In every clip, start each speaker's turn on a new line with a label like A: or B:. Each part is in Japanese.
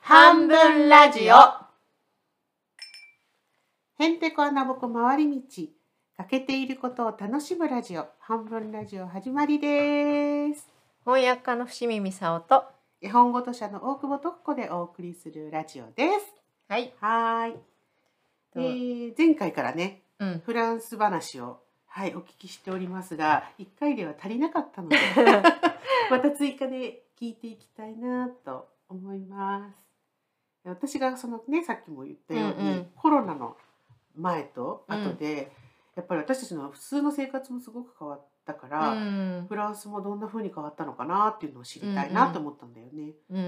A: 半分ラジオへんてこ穴ぼこ回り道欠けていることを楽しむラジオ半分ラジオ始まりです
B: 翻訳家の伏見美沙と
A: 絵本ごと社の大久保徳子でお送りするラジオです
B: はい、
A: はーい、えー前回からね
B: うん、
A: フランス話をはいお聞きしておりますが1回では足りなか ったのでまた追加で聞いていきたいなと思います私がそのねさっきも言ったように、
B: うんうん
A: コロナの前と後で、やっぱり私たちの普通の生活もすごく変わったから、
B: うん
A: フランスもどんな風に変わったのかなっていうのを知りたいなと思ったんだよね。
B: う
A: う
B: んう
A: ん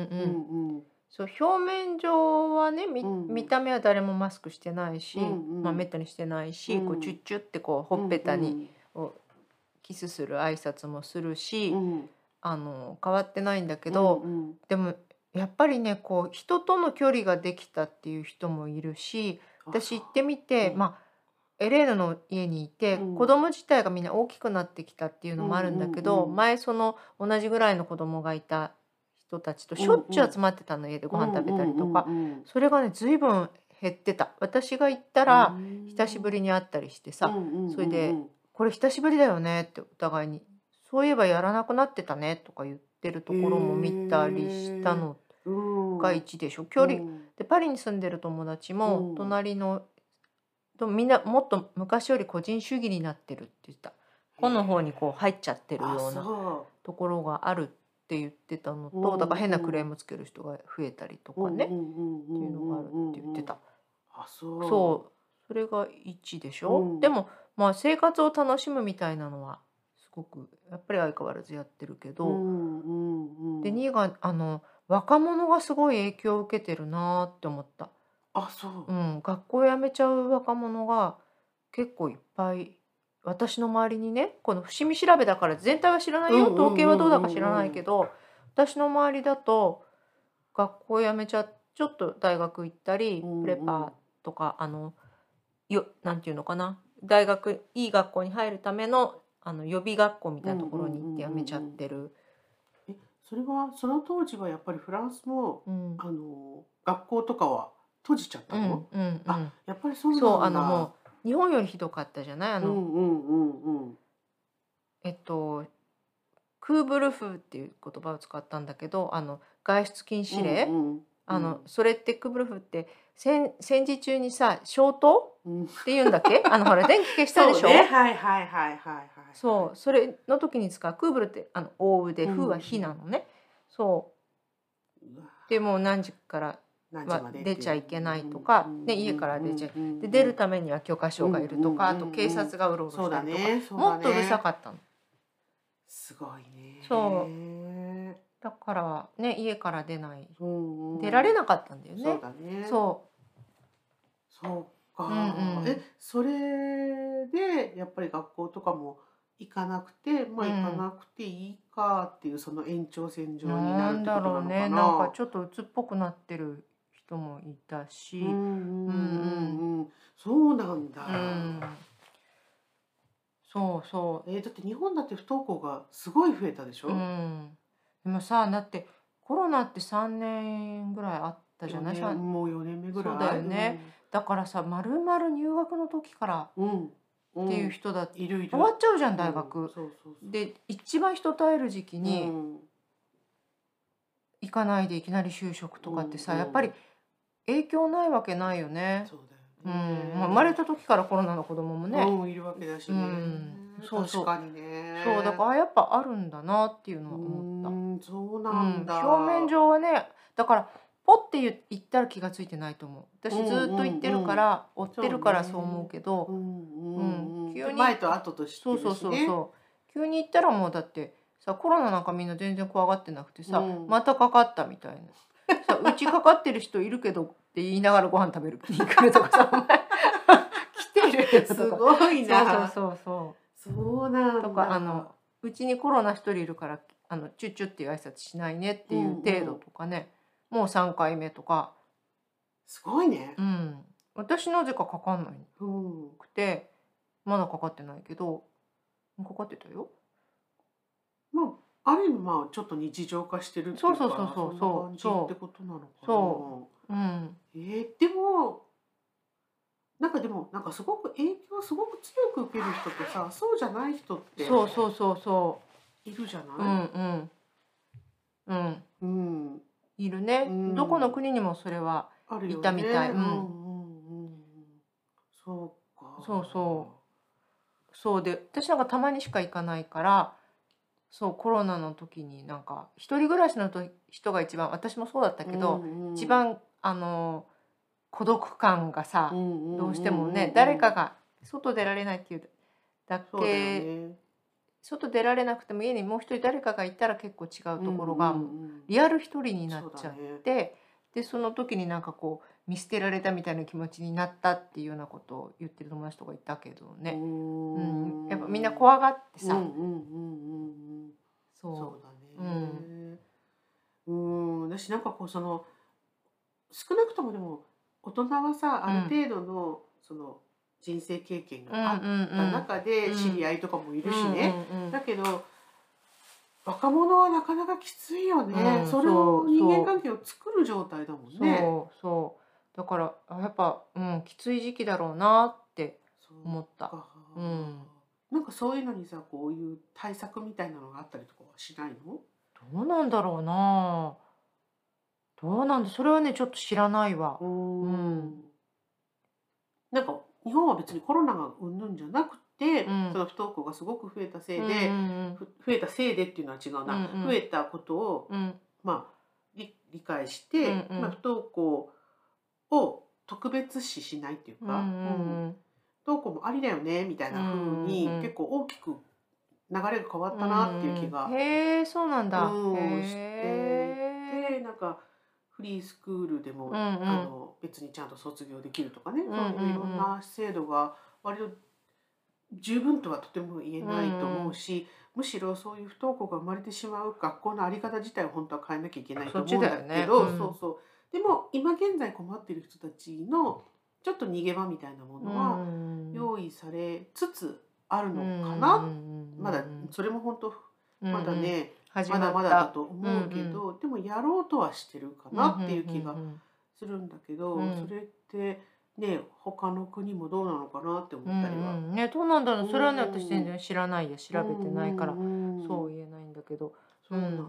B: ん、
A: うん
B: そう表面上はねみ、
A: うん
B: 見た目は誰もマスクしてないし、
A: うんうん
B: まあめったにしてないし、
A: うん
B: こうチュッチュってこうほっぺたに、をキスする挨拶もするし、
A: うん、
B: あの変わってないんだけど、
A: うんうん
B: でもやっぱりねこう人との距離ができたっていう人もいるし、私行ってみて、
A: うん
B: まあエレーヌの家にいて、
A: うん
B: 子供自体がみんな大きくなってきたっていうのもあるんだけど、
A: うんうんうん
B: 前その同じぐらいの子供がいた人たちとしょっちゅう集まってたの、家でご飯食べたりとか、
A: うんうんうんうん
B: それがね随分減ってた私が行ったら、久しぶ
A: り
B: りに会ったりしてさ、それで
A: うん
B: これ久しぶりだよねってお互いにそういえばやらなくなってたねとか言ってるところも見たりしたの
A: うん
B: が1でしょ、距離
A: うん
B: でパリに住んでる友達
A: う
B: も
A: ん
B: 隣の、とみんなもっと昔より個人主義になってるって言ってた個の方にこう入っちゃってるよう
A: あ
B: な
A: そ
B: ところがあるって言ってたの
A: うんう
B: と
A: ん
B: だから変なクレームつける人が増えたりと
A: う
B: かね、
A: うんうんうん
B: っていうのがあるって言ってた、
A: あそう
B: そうそれが1でしょ、
A: うん
B: でもまあ生活を楽しむみたいなのはすごくやっぱり相変わらずやってるけど、
A: んうんうん
B: で2があの若者がすごい影響を受けてるなーって思った。
A: あそう
B: う、ん、学校辞めちゃう若者が結構いっぱい私の周りにねこの伏見調べだから全体は知らないよ
A: うんうんうんうんうん
B: 統計はどうだか知らないけど私の周りだと学校辞めちゃちょっと大学行ったり
A: うんうん
B: プレパとかあのよなんていうのかな大学いい学校に入るためのあの予備学校みたいなところに行って辞めちゃってる。
A: えそれはその当時はやっぱりフランスも
B: うん
A: あの学校とかは閉じちゃった
B: うん
A: の、
B: うん
A: あやっぱりそう
B: う
A: なんんだ
B: そうあのもう日本よりひどかったじゃないあ
A: う
B: の、
A: んうんうんうん
B: えっと、クーブルフっていう言葉を使ったんだけどあの外出禁止令、
A: うんうん
B: あのそれってクーブルフって戦戦時中にさ消灯
A: うん
B: って言うんだっ けあのほら電気消したでし
A: そ
B: ょ
A: うねはいはいはいはいはい
B: そうそれの時に使うクーブルってあの大腕
A: うん
B: 風は火なのね、そう
A: わ
B: うでもう何時から
A: 何時までってう
B: 出ちゃいけないとかね家から出ちゃいで出るためには許可証がいるとか、
A: うんうんうんうん
B: あと警察がうろうろした
A: そう
B: りとか、
A: だねそうだ
B: も
A: ね
B: っとうるさかったの。
A: すごいね
B: そうだからね家から出ない
A: うんうん
B: 出られなかったんだよね。
A: そうだね
B: そう
A: そうか、
B: うんうん
A: えそれでやっぱり学校とかも行かなくてまあ
B: うん
A: 行かなくていいかっていうその延長線上にな
B: な
A: るって
B: ん
A: こと
B: だ
A: なの
B: ろ
A: か
B: う
A: な
B: ねなんかちょっと鬱っぽくなってる人もいたし、
A: う
B: うん
A: んうんうんうんそうなんだ、
B: そうそ
A: えだって日本だって不登校がすごい増えたでしょ、
B: う、うん、でもさだってコロナって3年ぐらいあったじゃない、
A: 四
B: さ
A: 年もう4年目ぐらい
B: そうだよね、だからさまるまる入学の時から
A: うんうん、
B: っていう人だって
A: いるいる
B: 終わっちゃうじゃん大
A: うん
B: 学、
A: そうそうそう
B: で一番人と会える時期
A: う
B: に
A: ん
B: 行かないでいきなり就職とかってさ、
A: うんうん
B: やっぱり影響ないわけないよね。
A: そう
B: うん
A: だよね、
B: まあ生まれた時からコロナの子供もね、
A: うんいるわけだしね、
B: うんそうそう
A: 確かにね
B: そうだからあやっぱあるんだなっていうのは思っ
A: 思ったそう
B: た、
A: なんだ、
B: うん表面上はねだからポって言言ったら気がついてないと思う私ずっと言ってるから、追ってるからそう思うけど
A: う
B: そう,、
A: んうんうん
B: うん急に
A: 前と後と知ってるし、ね、
B: そうそうそう急に言ったらもうだってさコロナなんかみんな全然怖がってなくてさ、
A: うん
B: またかかったみたいなさうちかかってる人いるけどって言いながらご飯食べる気に来るとかさお前 来てるよとか
A: すごいな
B: そうそうそうそう
A: そうなんだ
B: とかあのうちにコロナ一人いるからあのチュッチュっていう挨拶しないねっていう程度とかね、もう3回目とか、
A: すごいね
B: うん、私なぜかかかんない
A: うん、
B: くてまだかかってないけどかかってたよ。
A: まあある意味まあちょっと日常化してるっていうか
B: そうそうそうそう
A: そんな感じってことなのかな
B: そうん、
A: えー、でもなんかでもなんかすごく影響すごく強く受ける人とさそうじゃない人って
B: そうそうそうそ
A: いるじゃ
B: う、うん
A: ない、
B: うんうん、
A: うん
B: いるね、
A: うん
B: どこの国にもそれは
A: あるよね
B: いたみたいうん
A: うんうんうん、そうか
B: そうそそうで私なんかたまにしか行かないからそうコロナの時になんか一人暮らしのと人が一番私もそうだったけど、
A: うんうん
B: 一、番あの孤独感がさ、どうしてもね、誰かが外出られないっていうだ
A: そ
B: け
A: うだよね
B: 外出られなくても家にもう一人誰かがいたら結構違うところが、
A: うんうんうん
B: リアル一人になっち
A: そうだ
B: ゃっ
A: ね
B: て、でその時になんかこう見捨てられたみたいな気持ちになったっていうようなことを言ってる友達とかいたけど
A: う
B: ね、うん
A: ん
B: やっぱみんな怖がってさ、
A: うんうんうんうんうんそ
B: そう
A: だね。うん、ん、私なんかこうその少なくともでも大人はさある程度の、その人生経験
B: うんうん
A: があっ
B: うん
A: た中で
B: うん
A: 知り合いとかもいるしね、
B: うんうんうん
A: だけど若者はなかなかきついよね、
B: うん
A: それ
B: そ
A: を
B: う
A: 人間関係を作る状態だもんね。
B: そうそうだからあやっぱ、うん、きつい時期だろうなって
A: そう
B: 思った。
A: か
B: うん
A: なんかそういうのにさこういう対策みたいなのがあったりとかはしないの
B: どうなんだろうなどうなんだそれはねちょっと知らないわ。
A: うんなんか日本は別にコロナがうんぬんじゃなくて、
B: うん
A: その不登校がすごく増えたせいで、
B: うん
A: ふ増えたせいでっていうのは違うな、
B: うんうん
A: 増えたことを、
B: うんうん
A: まあ、理理解して、
B: うんうん
A: まあ、不登校を特別視しないっていう
B: うんう
A: か、うん
B: ん
A: 不登校もありだよねみたいな風に、
B: うんうん
A: 結構大きく流れが変わ
B: う
A: っ
B: ん
A: たなっていう気が。
B: へえそうなんだ。
A: うん
B: へ
A: して
B: え
A: でなんかフリースクールでも、
B: うんうん
A: あの別にちゃんと卒業できるとかね、
B: んうんうん
A: そういういろんな制度が割と十分とはとても言えないと思うし、むしろそういう不登校が生まれてしまう学校のあり方自体を本当は変えなきゃいけないと思うんだ
B: そっちだよ
A: け
B: ね
A: ど
B: うん
A: そうそうでも今現在困っている人たちのちょっと逃げ場みたいなものは用意されつつあるのかな、まだそれも本当まだね、
B: 始
A: まだまだだと思うけど、
B: う
A: でもやろうとはしてるかなっていう気がするんだけど、
B: うん
A: それってね他の国もどうなのかなって思ったりは、
B: ねどうなんだろうそれはね
A: うん
B: 私全然知らないや調べてないから
A: うん
B: そう
A: そう
B: 言えないんだけど。
A: なんだね、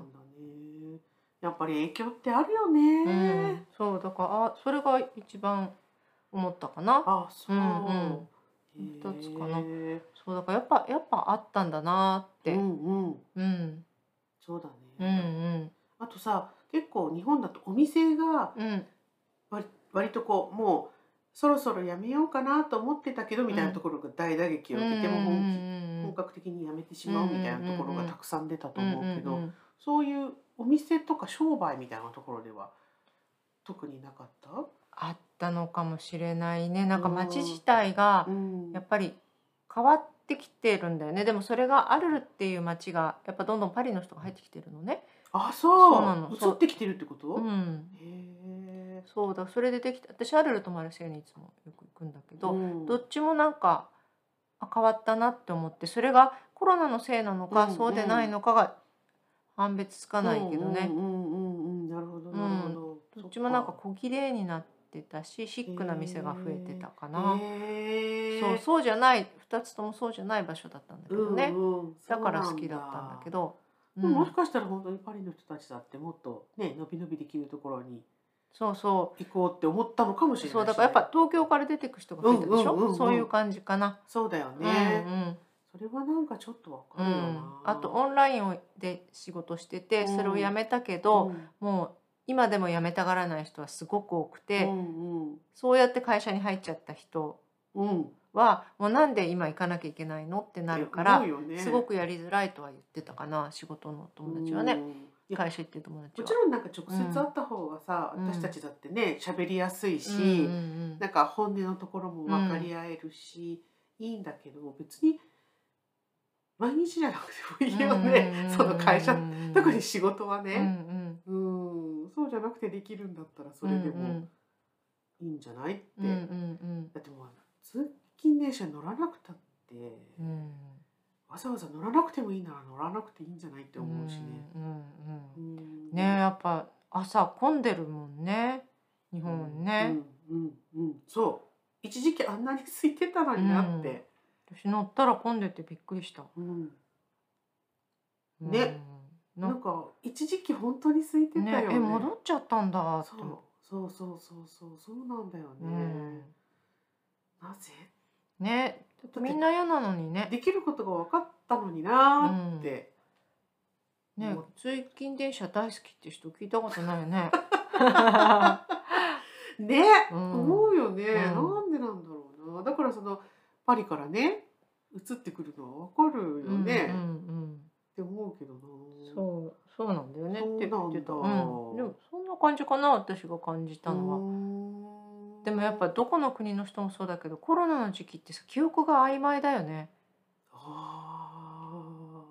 A: やっぱり影響ってあるよね、
B: うんそうだからあそれが一番思ったかな。
A: あそう、
B: うんうん
A: へー
B: 二つかなそうだからやっぱやっぱあったんだなーっ
A: う
B: て。
A: んうん
B: うん
A: そうだ
B: うんう
A: ね、
B: ん
A: あとさ結構日本だとお店が
B: うん
A: 割割とこうもうそろそろやめようかなと思ってたけどみたいなところが大打撃を受けても
B: うんうん
A: 本気
B: うんうん
A: 本格的にやめてしまうみたいなところがたくさん出たと思うけ
B: ん
A: ど
B: んん
A: そういうお店とか商売みたいなところでは特になかった
B: あったのかもしれないねなんか町自体がやっぱり変わってきてるんだよねでもそれがアルルっていう町がやっぱどんどんパリの人が入ってきてるのね
A: あ
B: そうな
A: そ
B: の
A: う
B: そう
A: 移ってきてるってこと、
B: うん
A: へえ
B: そうだそれでできた私アルルとマルセイユにいつもよく行くんだけど、
A: うん
B: どっちもなんかあ変わったなって思ってそれがコロナのせいなのか、
A: うんうん
B: そうでないのかが判別つかないけどね、
A: うんうんうんうんうんなるほどなるほど、
B: どっちもなんか小綺麗になってたしシックな店が増えてたかな、
A: へえ
B: そうそうじゃない2つともそうじゃない場所だったんだけどね、
A: うんうん
B: だから好きだったんだけ
A: ど
B: ど、
A: で
B: うん
A: ももしかしたら本当にパリの人たちだってもっとね伸び伸びできるところに
B: そうそ
A: 行こうって思ったのかもしれな
B: う
A: いしね、
B: そうだからやっぱ東京から出てく人が増えたでしょ、
A: うんうんうんうん
B: そういう感じかな。
A: そうだよね、
B: うんうん
A: それはなんかちょっとわ
B: う
A: かるよな、
B: ん、あとオンラインをで仕事してて
A: うん
B: それを辞めたけ
A: うん
B: ど、もう今でも辞めたがらない人はすごく多くて、
A: うん
B: そうやって会社に入っちゃった人
A: うんうん、
B: はもうなんで今行かなきゃいけないのってなるから
A: いや思うよね
B: すごくやりづらいとは言ってたかな仕事の友達は
A: う
B: ね、
A: んいや
B: 会社行ってる友達
A: も
B: は
A: ちろんなんか直接会った方がさ、
B: うん
A: 私たちだってね喋りやすいし、
B: うんうん
A: なんか本音のところも分かり合えるし、いいんだけど別に毎日じゃなくてもいいよね、
B: うんうんうん
A: その会社、
B: うん
A: 特に仕事は
B: うん
A: ね、うんそうじゃなくてできるんだったらそれで
B: うんう
A: も
B: ん
A: いいんじゃないって、
B: うんうんうん
A: だってもう通勤電車乗らなくたって、
B: うん
A: わざわざ乗らなくてもいいなら乗らなくていいんじゃないって思うしね。
B: うんうん
A: う
B: うん
A: ん
B: ねやっぱ朝混んでるもんね日
A: う
B: 本
A: ん
B: ね、
A: うんうんうんそう一時期あんなに空いてたのになって、
B: 私乗ったら混んでてびっくりした、
A: うん
B: うん
A: ね
B: な
A: なんか一時期本当に空いてたよ
B: ね
A: ね
B: え戻っちゃったんだ
A: そ
B: と
A: うそうそうそうそうそうなんだよね、
B: うん
A: なぜ
B: ね
A: ちょっ
B: みんな嫌なのにね
A: できることが分かったのになーって、
B: ね
A: もう
B: 通勤電車大好きって人聞いたことない よね
A: ね、
B: うん
A: 思うよね、
B: ん
A: なんでなんだろうなだからそのパリからね移ってくるのは分かるよね、
B: う
A: っ
B: ん
A: て思うけどな
B: うんうん、そうそうなんだよねっ
A: そうな
B: て
A: んだ
B: 言ってた、うん、でもそんな感じかな私が感じたのは。
A: は
B: でもやっぱどこの国の人もそうだけどコロナの時期ってさ記憶が曖昧だよね
A: あ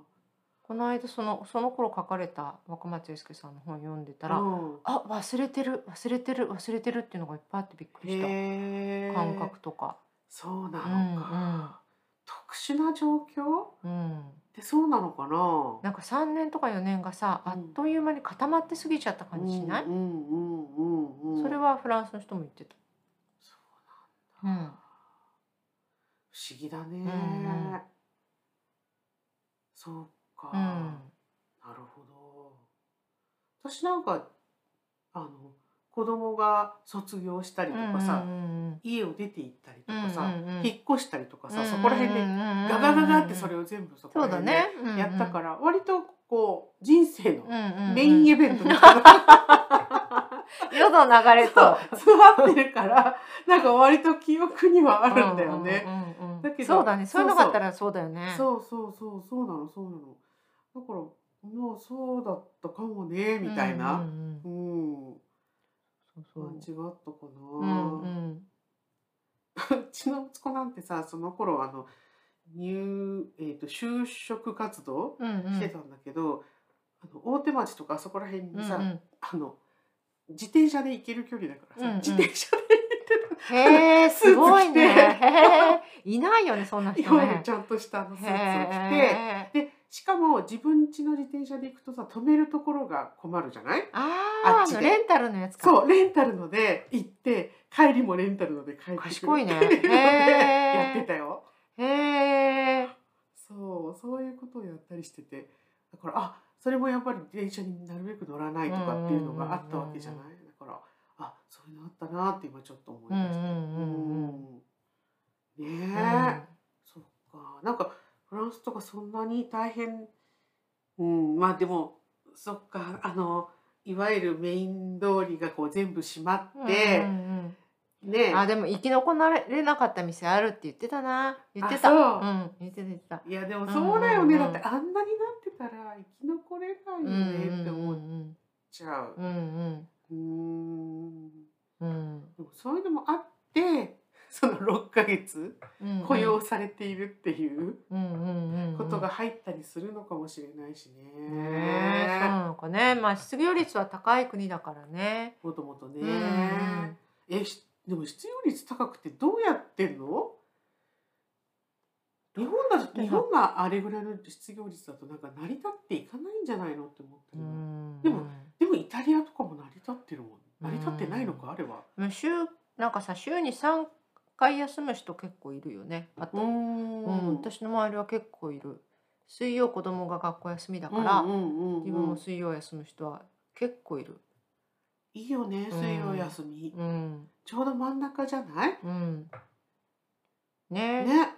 B: この間そのその頃書かれた若松英介さんの本読んでた
A: あ
B: ら、
A: うん
B: あ忘れてる忘れてる忘れてるっていうのがいっぱいあってびっくりし
A: へ
B: た
A: ー
B: 感覚とか、
A: そうなのか、
B: うんうん
A: 特殊な状況っ
B: うん、
A: てそうなのかな
B: なんか3年とか4年がさ
A: うん
B: あっという間に固まって過ぎちゃった感じしない、
A: うんうんうんうん、
B: それはフランスの人も言ってた、
A: そうなんだ、
B: うん
A: 不思議だね、
B: んうん
A: そうか、
B: うん
A: なるほど私なんかあの子供が卒業したりとかさ、
B: うん
A: 家を出て行ったりと
B: うんうん
A: かさ、
B: うんうん
A: 引っ越したりとかさ、
B: うん
A: そこら辺でガガガガってそれを全部そこ
B: そ
A: ら
B: うだ
A: 辺で
B: ね、うんうん
A: やったから、割とこう人生の
B: うんうん
A: メインイベントみたい な
B: 世の流れと
A: 詰まってるからなんか割と記憶にはあるんだよね。
B: うんうんうんうん
A: だけど
B: そうだねそういうのがあったらそうだよね
A: そうそうそうそうなのそうなの。だからまあそうだったかもねみたい
B: うんう
A: な、
B: ん
A: う
B: うん
A: ん
B: そうそう
A: 感じがあったか
B: う
A: な。
B: ん
A: う
B: うん
A: ちの息子なんてさその頃あの入えー、と就職活動
B: うんうん
A: してたんだけど、あの大手町とかあそこら辺にさ、
B: うんうん
A: あの自転車で行ける距離だからさ、
B: うんうん
A: 自転車
B: へえすごい
A: スー
B: ね
A: ツ着
B: へえいないよねそんな
A: でい
B: 人
A: わゆる
B: ね
A: ちゃんとしたあのスーツを着て。
B: へえ
A: でしかも自分家の自転車で行くとさ止めるところが困るじゃないあ
B: あ
A: っ
B: ー
A: ち
B: あの
A: で
B: レンタルのやつか
A: そうレンタルので行って帰りもレンタルので帰ってくる
B: 賢いね
A: っていうので
B: へー
A: やってたよ
B: へえ
A: そうそういうことをやったりしててだからあそれもやっぱり電車になるべく乗らないとかっていうのがあったわけじゃないだからあそういうのあったなって今ちょっと思い
B: うんうん
A: 出した。
B: うんうん
A: うんねえ、そっかなんかフランスとかそんなに大変うんまあでもそっかあのいわゆるメイン通りがこう全部閉ま
B: うんう
A: って、
B: んうん
A: ね
B: あでも生き残られなかった店あるって言ってたな言ってた
A: あそう
B: うん言ってた言ってた
A: いやでもそうだよね、
B: うんうんうん
A: だってあんなになってたら生き残れないよねって思っ
B: ん
A: ちゃう
B: うんうん
A: うーん
B: うんうん
A: でもそういうのもあって その6ヶ月
B: うん
A: 雇用されているっていう
B: うんうんうんうん
A: ことが入ったりするのかもしれないしね。
B: ねえそうなのかねまあ失業率は高い国だからね
A: もともとね、
B: うんうん
A: えしでも失業率高くてどうやってんの日本だ日本があれぐらいの失業率だとなんか成り立っていかないんじゃないのって思って
B: う
A: る、
B: ん
A: でもでもイタリアとかも成り立ってるもん成り立ってないのか、あれは
B: うん週なんかさ週に3回休む人結構いるよねあと、うん
A: ん
B: 私の周りは結構いる水曜子供が学校休みだ
A: う
B: か
A: ん
B: ら、
A: うんうんうん
B: 自分も水曜休む人は結構いる
A: いいよね水曜休み、
B: うん
A: ちょうど真ん中じゃない
B: うんね
A: ね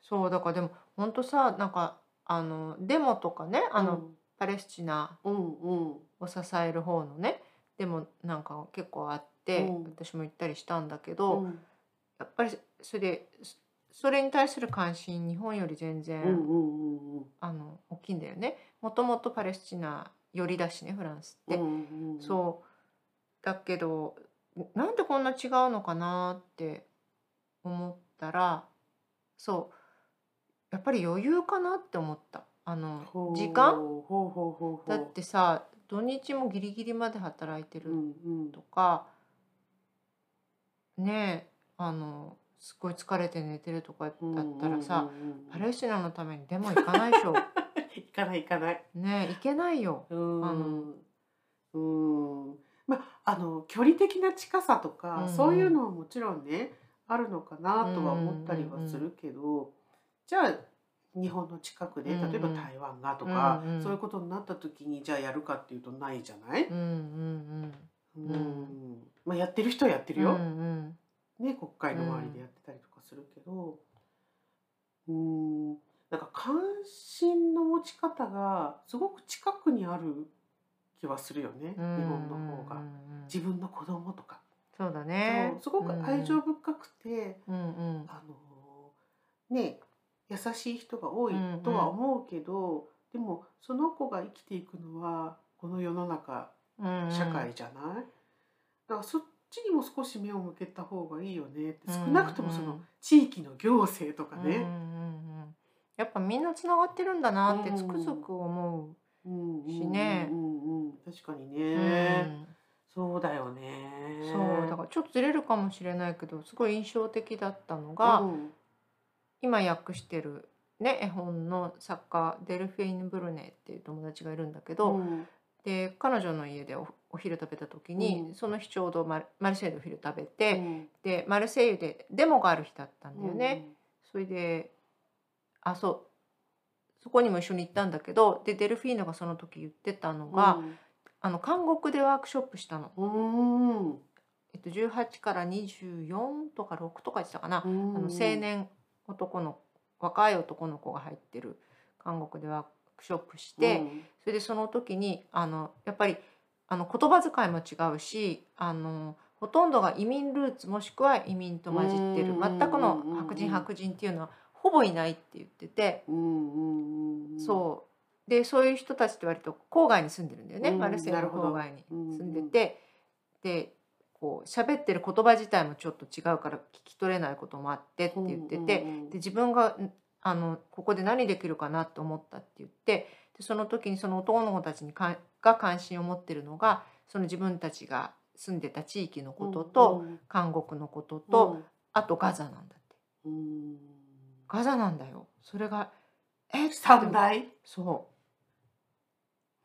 B: そうだからでもほんとさなんかあのデモとかねあの、パレスチナ
A: うんうん
B: を支える方のねでもなんか結構あって、
A: うん
B: 私も行ったりしたんだけ
A: う
B: ど、
A: ん
B: やっぱりそれでそそれに対する関心日本より全然、
A: うんうんうん
B: あの大きいんだよねもともとパレスチナ寄りだしねフランスっ
A: う
B: て、
A: んうん
B: そうだけどなんでこんな違うのかなって思ったらそうやっぱり余裕かなって思ったあの
A: ほう
B: 時間
A: ほうほうほうほう
B: だってさ土日もギリギリまで働いてる
A: うんうん
B: とかねえあのすごい疲れて寝てるとかだ
A: うん
B: ったらさ、
A: うんうんうん
B: パレスチナのためにでも行かな いでしょ
A: 行かない行かない。
B: ねえ行けないよ
A: うん。うん。まああの距離的な近さとか、
B: うんうん
A: そういうのはもちろんねあるのかなとは思ったりはするけど、じゃあ日本の近くで
B: うんうん
A: 例えば台湾がとか、
B: うんうん
A: そういうことになった時にじゃあやるかっていうとないじゃない、
B: うんうん
A: うん
B: ん
A: まあ、やってる人はやって
B: う
A: る
B: ん
A: よ、
B: うんうん
A: ね、国会の周りでやってたりとかするけどうんなんか関心の持ち方がすごく近くにある気はするよね、
B: うん
A: 日本の方
B: う
A: が
B: んうんうん
A: 自分の子供とか、
B: そうだね
A: そうすごく愛情深くて、
B: うんうん
A: あのね優しい人が多いとは思うけど、でもその子が生きていくのはこの世の中
B: うんうん
A: 社会じゃない、だからそっちにも少し目を向けた方がいいよねって
B: うん
A: 少なくともその、
B: うん
A: 地域の行政とか
B: うん
A: ね、
B: うんうんやっぱみんなつながってるんだなって
A: うん
B: つくづく思う。
A: うんうん、
B: しね
A: うんうん、確かに
B: う
A: ね、
B: ん
A: そうだよね
B: そうだからちょっとずれるかもしれないけどすごい印象的だったの
A: ら
B: が、今訳してる、ね、絵本の作家デルフィーヌ・ブルネっていう友達がいるんだけど、で彼女の家でおお昼食べた時に、
A: うん
B: その日ちょうどマルマルセイユでお昼食べて、でマルセイユでデモがある日だったんだよね。それであそうそこにも一緒に行ったんだけどでデルフィーノがその時言ってたのが、あの韓国でワークショップしたの、
A: うんうん
B: えっと、18から24とか6とか言ってたかな、あの青年男の若い男の子が入ってる韓国でワークショップして、それでその時にあのやっぱりあの言葉遣いも違うしあのほとんどが移民ルーツもしくは移民と混じってる
A: うん
B: 全くの白
A: うん
B: 人白人っていうのはほぼいないって言ってて、
A: うんうんうん、
B: そうでそういう人たちって割と郊外に住んでるんだよね、
A: うん
B: マルセイユ
A: なる
B: の
A: ほど
B: 郊外に
A: うんうん
B: 住んでて、でこう喋ってる言葉自体もちょっと違うから聞き取れないこともあってって言ってて、
A: うんうんうん
B: で自分がんあのここで何できるかなと思ったって言ってでその時にその男の子たちにかんが関心を持ってるのがその自分たちが住んでた地域のことと、
A: うん
B: 韓国のことと、あとガザなんだって
A: うんうん、
B: ガザなんだよそれがえ
A: 三大
B: そ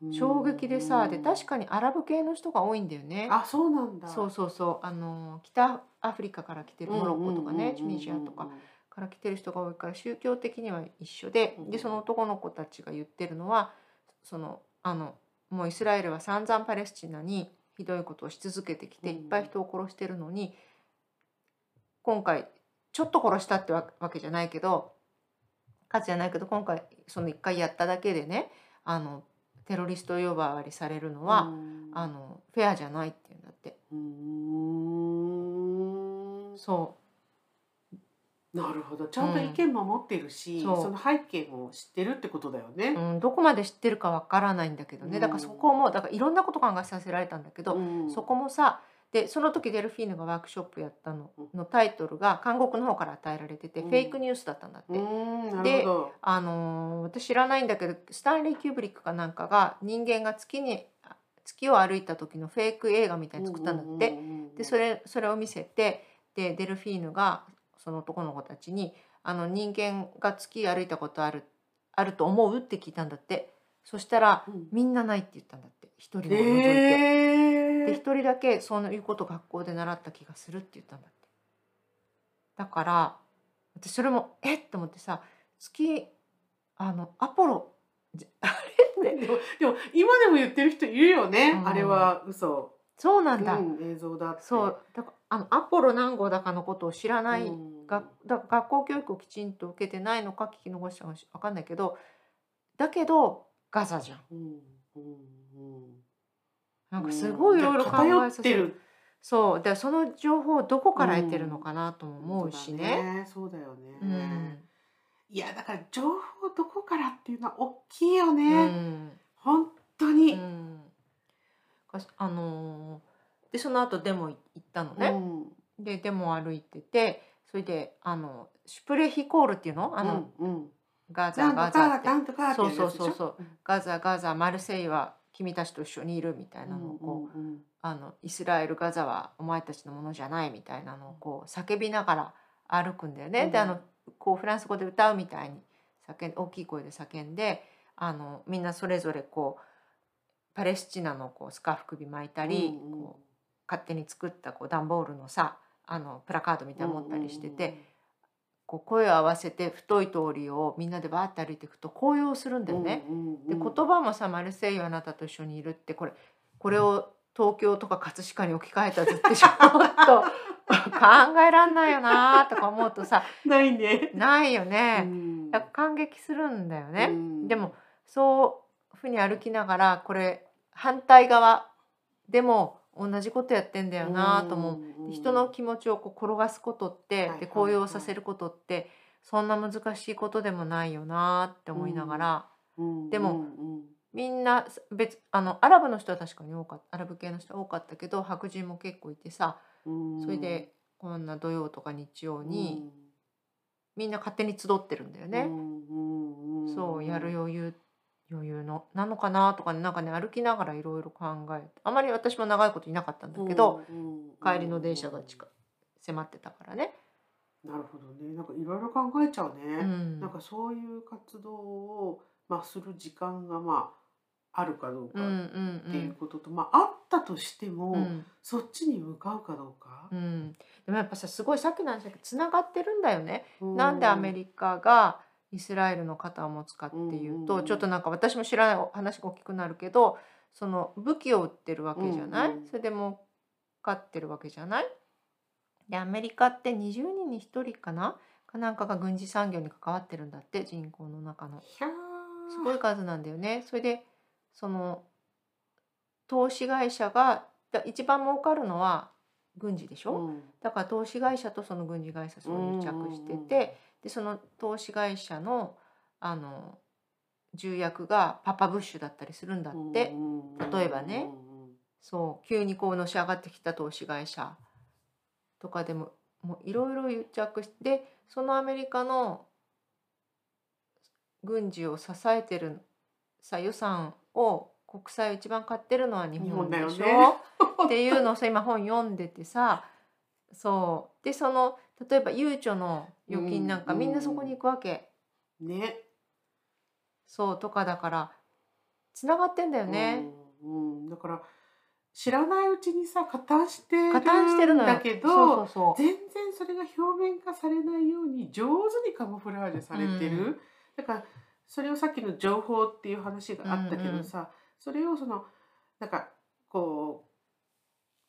B: う衝撃でさ、で確かにアラブ系の人が多いんだよね。
A: あそうなんだ
B: そうそうそうあの北アフリカから来てるモロッコとかね、チュニジアとかから来てる人が多いから宗教的には一緒で、
A: うんうん
B: でその男の子たちが言ってるのはそのあのもうイスラエルは散々パレスチナにひどいことをし続けてきて、
A: うん
B: いっぱい人を殺してるのに今回ちょっと殺したってわわけじゃないけど数じゃないけど今回その一回やっただけでねあのテロリスト呼ばわりされるのは、
A: うん
B: あのフェアじゃないっていうんだって。
A: うん
B: そ
A: なるほどちゃんと意見も持ってるし、
B: うんそう
A: その背景も知ってるってことだよね。
B: う、うん、どこまで知ってるかわからないんだけどね、だからそこもだからいろんなこと考えさせられたんだけど、
A: うん
B: そこもさでその時デルフィーヌがワークショップやったの
A: うん
B: のタイトルが韓国の方から与えられてて、
A: うん
B: フェイクニュースだったんだって。
A: うんなる
B: で
A: ほど。
B: あのー私知らないんだけどスタンリー・キューブリックかなんかが人間が月にあ月を歩いた時のフェイク映画みたいに作ったんだって、
A: うんうんうんうん
B: でそれそれを見せてでデルフィーヌがその男の子たちに「あの人間が月歩いたことあるあると思う?」って聞いたんだってそしたら
A: うん
B: みんなないって言ったんだって一人も除いて、
A: え
B: で
A: ー
B: 一人だけそういうこと学校で習った気がするって言ったんだってだから私それもえっと思ってさ月あのアポロじ あれって
A: でもでも今でも言ってる人いるよね、
B: うん
A: あれは嘘
B: そうなんだ、
A: うん映像だって
B: そうだからあのアポロ何号だかのことを知らない、
A: うん
B: がだ学校教育をきちんと受けてないのか聞き逃したのか分かんないけどだけどガザじゃん
A: うんうんうん
B: なんかすごいいろいろ考
A: 偏
B: えさせ
A: ってる
B: そうでその情報をどこから得てるのかなとも思うしね。
A: そうだよね、
B: うん
A: いやだから情報どこからっていうのは大きいよ
B: う
A: ね、
B: ん
A: 本当
B: う
A: に、
B: んかしあのーでその後デモ行ったの
A: う
B: ね、
A: ん
B: でデモ歩いててそれであのシュプレヒコールっていうのあの、
A: うんうん、
B: ガ
A: な
B: ザ
A: んと
B: ガ
A: か
B: ザ
A: が
B: って
A: なんとかってやつでしょ
B: そうそうそうガザガザマルセイユは君たちと一緒にいるみたいなのをこう、
A: うんうん
B: あのイスラエルガザはお前たちのものじゃないみたいなのをこう叫びながら歩くんだよ
A: う
B: ね。
A: ん
B: であのこうフランス語で歌うみたいに叫ん大きい声で叫んであのみんなそれぞれこうパレスチナのこうスカーフ首巻いたり、
A: うんうん
B: こう勝手に作ったこう段ボールのさあのプラカードみたいなの持ったりしてて、こう声を合わせて太い通りをみんなでバーって歩いていくと高揚するんだよね。
A: うんうんうん
B: で言葉もさ「マルセイユあなたと一緒にいる」ってこれこれを東京とか葛飾に置き換えた図ってちょっと考えらんないよなとか思う とさ
A: ないね。
B: ないよ
A: う
B: ね。
A: ん
B: だから感激するんだよ
A: う
B: ね。
A: ん
B: でもそうふうに歩きながらこれ反対側でも同じことやってんだよなと思う。
A: んん
B: 人の気持ちをこう転がすことって、
A: はいはいは
B: で
A: い
B: 高揚させることってそんな難しいことでもないよなって思いながら。
A: うん
B: でも
A: うんうん
B: みんなす別あのアラブの人は確かに多かったアラブ系の人は多かったけど白人も結構いてさ
A: うん
B: それでこんな土曜とか日曜に、みんな勝手に集ってるんだよ
A: うん
B: ね
A: う、んん
B: そうやる余裕余裕のなのかなとかねなんかね歩きながらいろいろ考えてあまり私も長いこといなかったんだけど、、
A: うん
B: 帰りの電車が近迫ってたからね、
A: なるほどねなんかいろいろ考えちゃうね、
B: うん、
A: なんかそういう活動を、まあ、する時間が、まあ、あるかどうか
B: うんうん
A: って
B: う
A: いうんことと、まあ、あったとしても、
B: うん
A: そっちに向かうかどうか
B: う。ん、でもやっぱさすごいさっきの話だけどつながってるんだよねなんでアメ
A: カ
B: リカがイスラエルの肩を持つかっていうと、
A: うんうんうん
B: ちょっとなんか私も知らないお話が大きくなるけどその武器を売ってるわけじゃない、
A: うんうん
B: それでも買ってるわけじゃないでアメリカって20人に1人かなかなんかが軍事産業に関わってるんだって人口の中の
A: ひゃー
B: すごい数なんだよね。それでその投資会社がだ一番儲かるのは軍事でしょ、
A: うん
B: だから投資会社とその軍事会社そう癒着してて、でその投資会社のあの重役がパパブッシュだったりするんだ
A: うんうんうん
B: って、
A: うんうん
B: 例えば
A: う
B: ね
A: んうん
B: そう急にこうのし上がってきた投資会社とかでももういろいろ癒着してでそのアメリカの軍事を支えてるさ予算を国債を一番買ってるのは日本でしょ
A: 日本だよね
B: っていうのをさ今本読んでてさそうでその例えばゆうちょの預金なんか
A: うん
B: みんなそこに行くわけ、
A: ね
B: そうとかだからつながってんだよね、
A: うんうんだから知らないうちにさ加担してる
B: 加担してる
A: ん
B: のよ
A: だけど
B: そうそうそう
A: 全然それが表面化されないように上手にカモフラージュされてる、
B: うん
A: だからそれをさっきの情報っていう話があったけ
B: うんう
A: ど
B: ん
A: さ、それをそのなんかこ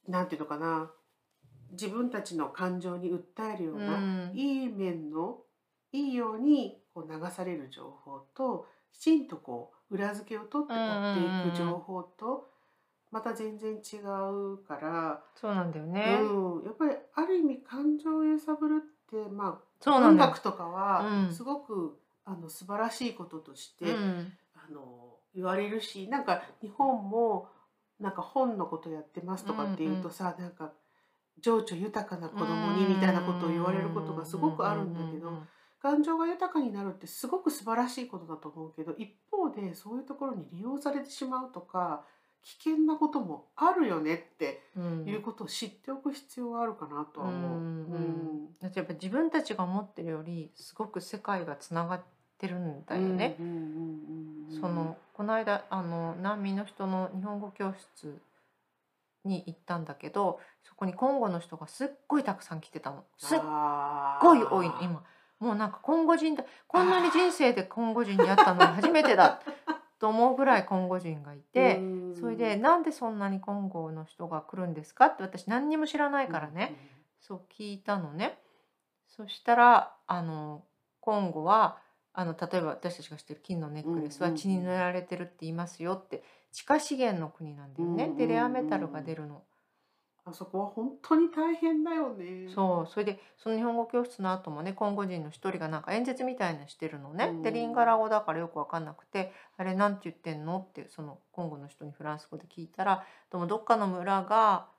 A: うなんていうのかな自分たちの感情に訴えるよう
B: う
A: な、
B: ん
A: いい面のいいようにこう流される情報ときちんとこう裏付けを取って追っていく情報とまた全然違うから、
B: そうなんだよね、
A: うん、やっぱりある意味感情を揺さぶるって、ま
B: そ
A: あ、
B: うな
A: 音
B: んだよ
A: 楽とかは
B: うん
A: すごく、あの素晴らしいこととして、
B: うん
A: あの言われるしなんか日本もなんか本のことやってますとかっていうとさ、なんか情緒豊かな子供にみたいなことを言われることがすごくあるんだけど、
B: うんうんうん
A: 感情が豊かになるってすごく素晴らしいことだと思うけど一方でそういうところに利用されてしまうとか危険なこともあるよねって
B: うん
A: いうことを知っておく必要があるかなとは思う。
B: うんだってやっぱ自分たちが思ってるよりすごく世界がつながってるんだよね。
A: うんうんうんうん
B: そのこの間あの難民の人の日本語教室に行ったんだけどそこにコンゴの人がすっごいたくさん来てたのすっ
A: あー
B: ごい多いの今もうなんかコンゴ人だこんなに人生でコンゴ人に会ったのは初め てだと思うぐらいコンゴ人がいて、
A: うん
B: それでなんでそんなにコンゴの人が来るんですかって私何にも知らないからね、そう聞いたのね。そしたらあの今後はあの例えば私たちがしてる金のネックレス
A: う
B: は
A: んうんうん
B: 血に塗られてるって言いますよって地下資源の国なんだよ
A: うん
B: ね
A: う。んう
B: で
A: ん
B: レアメタルが出るの。
A: あそこは本当に大変だよね。
B: そうそれでその日本語教室の後もねコンゴ人の一人がなんか演説みたいなのしてるのね。
A: うん
B: でリンガラ語だからよくわかんなくて「あれなんて言ってんの?」ってそのコンゴの人にフランス語で聞いたらでもどっかの村が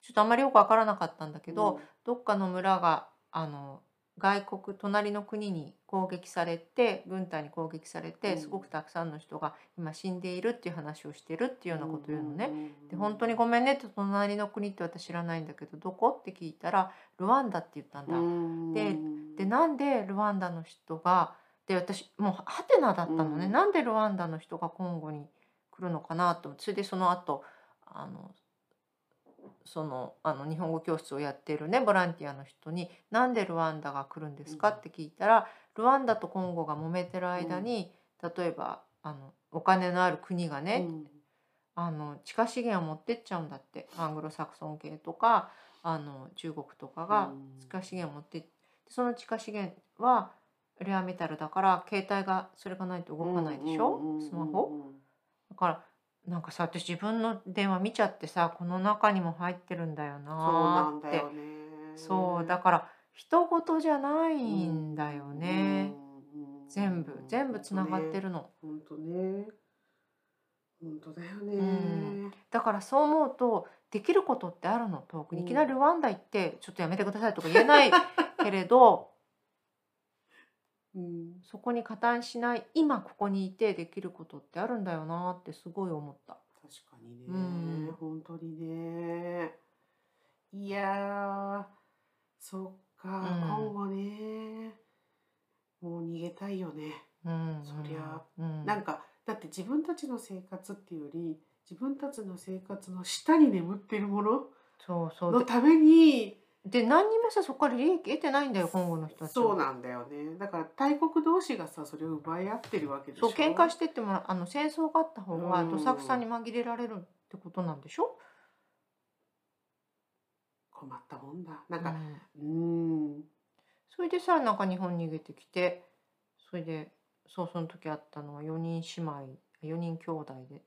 B: ちょっとあんまりよくわからなかったんだけど、どっかの村があの外国隣の国に攻撃されて軍隊に攻撃されて、
A: うん
B: すごくたくさんの人が今死んでいるっていう話をしてるっていうようなことを言うのね。
A: んんん
B: で本当にごめんねって隣の国って私知らないんだけどどこって聞いたらルワンダって言ったんだ。
A: うん
B: ででなんでルワンダの人がで私もうハテナだったのね、
A: うん
B: なんでルワンダの人がコンゴに来るのかなと思ってそれでその後あのそのあの日本語教室をやっているねボランティアの人に「なんでルワンダが来るんですか?」
A: うん
B: って聞いたらルワンダとコンゴが揉めてる間に、例えばあのお金のある国がね、
A: うん
B: あの地下資源を持ってっちゃうんだってアングロサクソン系とかあの中国とかが
A: うん
B: 地下資源を持ってっその地下資源はレアメタルだから携帯がそれがないと動かないでしょ、
A: うんうんうんうん
B: スマホだからなんかさ私自分の電話見ちゃってさこの中にも入ってるんだよ
A: そうな
B: なんーっ
A: だ
B: て
A: よね
B: そうだから人事じゃないんだよね、
A: うん
B: 全部全部つながってるの、
A: 本当ね本当だよね、
B: うんだからそう思うとできることってあるの遠くにいきなりルワンダ行ってちょっとやめてくださいとか言え ないけれど
A: うん
B: そこに加担しない今ここにいてできることってあるんだよなってすごい思った。
A: 確かにね、
B: うん
A: 本当にねいやーそっか、
B: うん
A: 今後ねもう逃げたいよね、
B: うん、
A: そりゃ
B: うん、
A: なんかだって自分たちの生活っていうより自分たちの生活の下に眠ってるもの
B: そうそう
A: のために
B: でで何にもさそこから利益得てないんだよ今後の人たちは
A: そうなんだよねだから大国同士がさそれを奪い合ってるわけでしょ
B: そう喧嘩してってもあの戦争があった方が
A: うん
B: どさくさに紛れられるってことなんでしょ、
A: 困ったもんだな
B: うん
A: か
B: ん
A: うん
B: それでさなんか日本に逃げてきてそれでそうその時あったのは4人姉妹4人兄弟で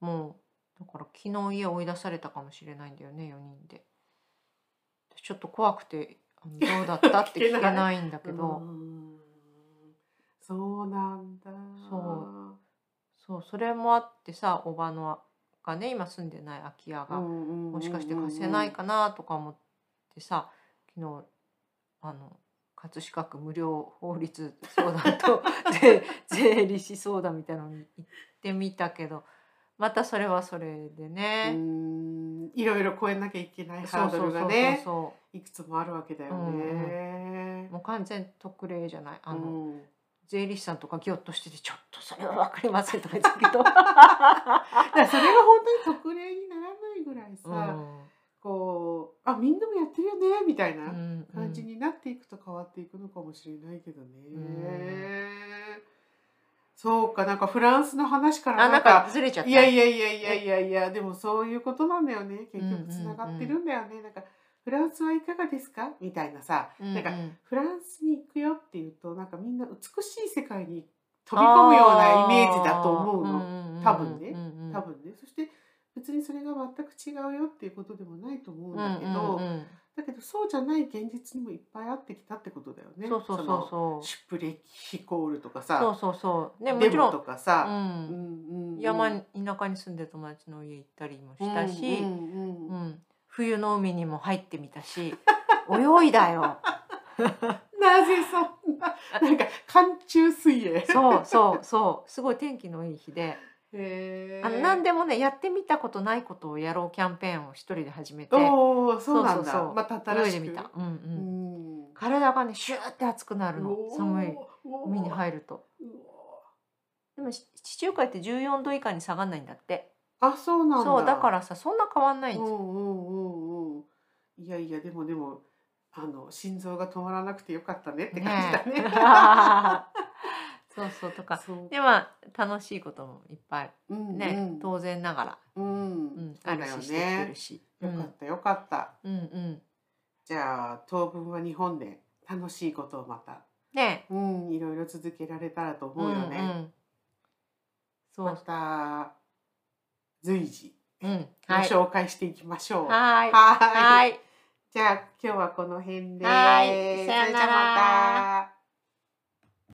B: もうだから昨日家追い出されたかもしれないんだよね4人でちょっと怖くてあのどうだったって 聞けないんだけど、
A: うんそうなんだ
B: そそうそれもあってさおばのがね今住んでない空き家が、も
A: も
B: しかして貸せないかなとか思ってさ昨日あの葛飾区無料法律相談と税税理士相談みたいなのに行ってみたけどまたそれはそれで
A: う
B: ね。
A: んいろいろ超えなきゃいけない
B: そ
A: ハ
B: う
A: ード
B: そう
A: ル
B: そ
A: が
B: う
A: ね
B: そ
A: いくつもあるわけだよね
B: う。もう完全特例じゃないあの、
A: うん
B: 税理士さんとかぎょっとしてて「ちょっとそれは分かりません」とか言ってたけど。
A: だからそれが本当に特例にならないぐらいさ、
B: うん
A: こうあみんなもやってるよねみたいな。
B: うんうん
A: 感じになっていくと変わっていくのかもしれないけどね。
B: ん
A: そうかなんかフランスの話から
B: あ
A: な
B: なんん
A: か
B: かずれちゃった。
A: いやいやいやいやいやいやでもそういうことなんだよね結
B: うんうんう
A: 局
B: ん
A: つながってるんだよね、なんかフランスはいかがですかみたいなさ
B: うんうん
A: なんかフランスに行くよっていうとなんかみんな美しい世界に飛び込むようなイメージだと思うの。
B: の
A: 多分ね多
B: 多
A: 分ねそして別にそれが全く違うよっていうことでもないと思うんだけど、
B: うんうんうん
A: だけどそうじゃない現実にもいっぱいあってきたってことだよね。
B: そうそうそう
A: の
B: そう
A: シュプレヒコールとか
B: そう
A: さ、
B: そうそうねも
A: デ
B: ちろ
A: モ
B: ん、
A: とかさ、
B: う
A: うんんうん
B: 山に田舎に住んでる友達の家行ったりもしたし、
A: う
B: う
A: ん
B: ん
A: うんうん
B: 冬の海にも入ってみたし 泳いだよ
A: なぜそんななんか寒中水泳。
B: そうそうそうすごい天気のいい日で、
A: へ
B: あの何でもねやってみたことないことをやろうキャンペーンを一人で始めて
A: おおそうなん
B: そうそ
A: だ
B: うそ。う
A: また新
B: 泳いで
A: しく
B: みた、。うんう、
A: うんん。
B: 体がねシューって熱くなるの
A: おー
B: 寒い海に。
A: る。
B: 入ると
A: う
B: でもし地中海って14度以下に下がんないんだって
A: おあそうなんだ。。
B: そうだかららさそんな変わんない
A: う
B: んで
A: ん
B: すよ、
A: うんうんうん。いやいやでもでもあの心臓が止まらなくてよかったねって感じだ ね。
B: えそうそうとか
A: そう
B: でまあ楽しいこともいっぱいね、
A: うん
B: 当然ながら、
A: うん、う
B: うんん、
A: そ
B: あ
A: う
B: る
A: だよ
B: ししてきて
A: ね
B: る。し、
A: よかったよかった。
B: うんうんうん
A: じゃあ当分は日本で楽しいことをまた、
B: ね
A: うん、いろいろ続けられたらと
B: え
A: 思うよ
B: んう
A: ね。
B: ん、そ
A: ま
B: う、
A: た随時
B: うん、
A: ご
B: はい
A: 紹介していきましょう。は。
B: はいいはい
A: じゃあ今日はこの辺で。
B: はいさ
A: それ
B: よなら
A: じゃあまた